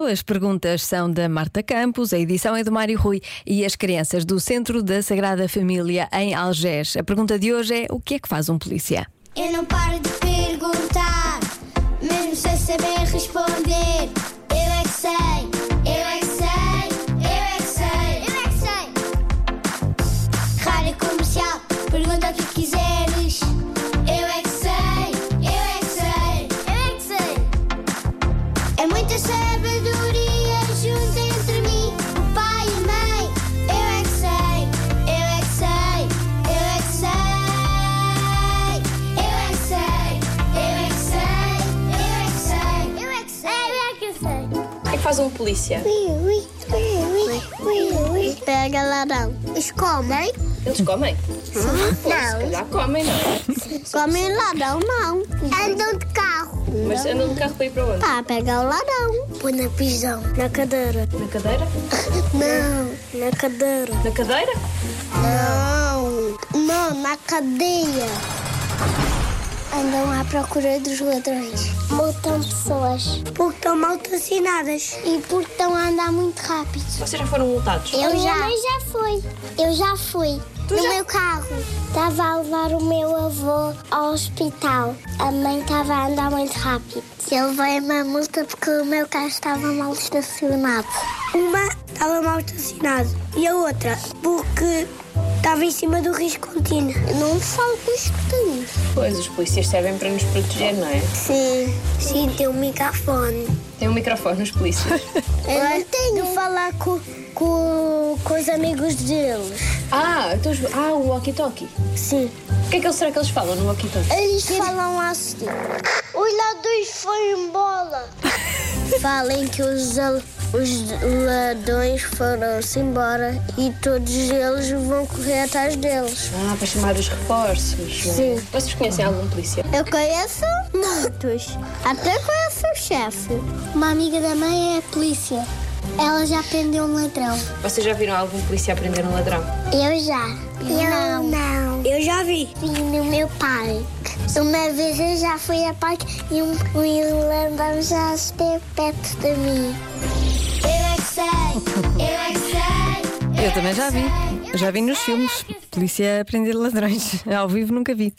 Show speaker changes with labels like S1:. S1: As perguntas são da Marta Campos, a edição é do Mário Rui e as crianças do Centro da Sagrada Família em Algés. A pergunta de hoje é: o que é que faz um polícia?
S2: Eu não paro de perguntar, mesmo sem saber responder. Eu é que sei, eu é que sei, eu é que sei, eu é que sei. Rádio comercial, pergunta o que quiseres. Eu é que sei, eu é que sei, eu é que sei. É muita sabedoria junto entre mim, o pai e a mãe. Eu é que sei, eu é que sei, eu é que sei. Eu é que sei, eu é que sei, eu é que sei, eu é que sei, eu é que sei. é
S3: O que é que faz um polícia?
S2: Ui, ui, ui, ui, ui, ui. Pega ladrão. Eles comem?
S3: Eles comem?
S2: Não.
S3: Já comem, não é?
S2: Comem ladrão, não. Andam de carro.
S3: Mas andam de carro para ir para onde?
S2: Pá, pegar o ladrão. Põe na prisão. Na cadeira.
S3: Na cadeira?
S2: Não, na cadeira.
S3: Na cadeira?
S2: Não, não, na cadeia. Andam à procura dos ladrões. Multam pessoas. Porque estão mal estacionadas. E porque estão a andar muito rápido.
S3: Vocês já foram multados?
S2: Eu já. já fui. Eu já fui. no meu carro. Estava a levar o meu avô ao hospital. A mãe estava a andar muito rápido. Ele veio uma multa porque o meu carro estava mal estacionado.
S4: Uma estava mal estacionada e a outra porque estava em cima do risco contínuo.
S2: Eu não falo com os escutadores.
S3: Pois, os polícias servem para nos proteger, não é?
S2: Sim, sim, tem um microfone.
S3: Tem um microfone nos polícias.
S2: Eu não tenho. De falar com, com, com os amigos deles.
S3: ah, então os... ah, o walkie-talkie.
S2: Sim.
S3: O que é que eles, será que eles falam no walkie-talkie?
S2: Eles falam assim. Os ladrões foram embora. Falem que os, al- os ladrões foram-se embora e todos eles vão correr atrás deles.
S3: Ah, para chamar os reforços. não é?
S2: Sim.
S3: Vocês conhecem algum polícia?
S2: Eu conheço muitos. Até conheço o chefe. Uma amiga da mãe é a polícia. Ela já prendeu um ladrão.
S3: Vocês já viram algum polícia a prender um ladrão?
S2: Eu já. Eu não.
S4: Eu já vi.
S2: Fui no meu parque. Uma vez eu já fui a parque e um, um irlandão já esteve perto de mim. Eu é que sei, eu é que sei.
S1: Eu também já vi. Já vi nos filmes. Polícia a prender ladrões. Ao vivo nunca vi.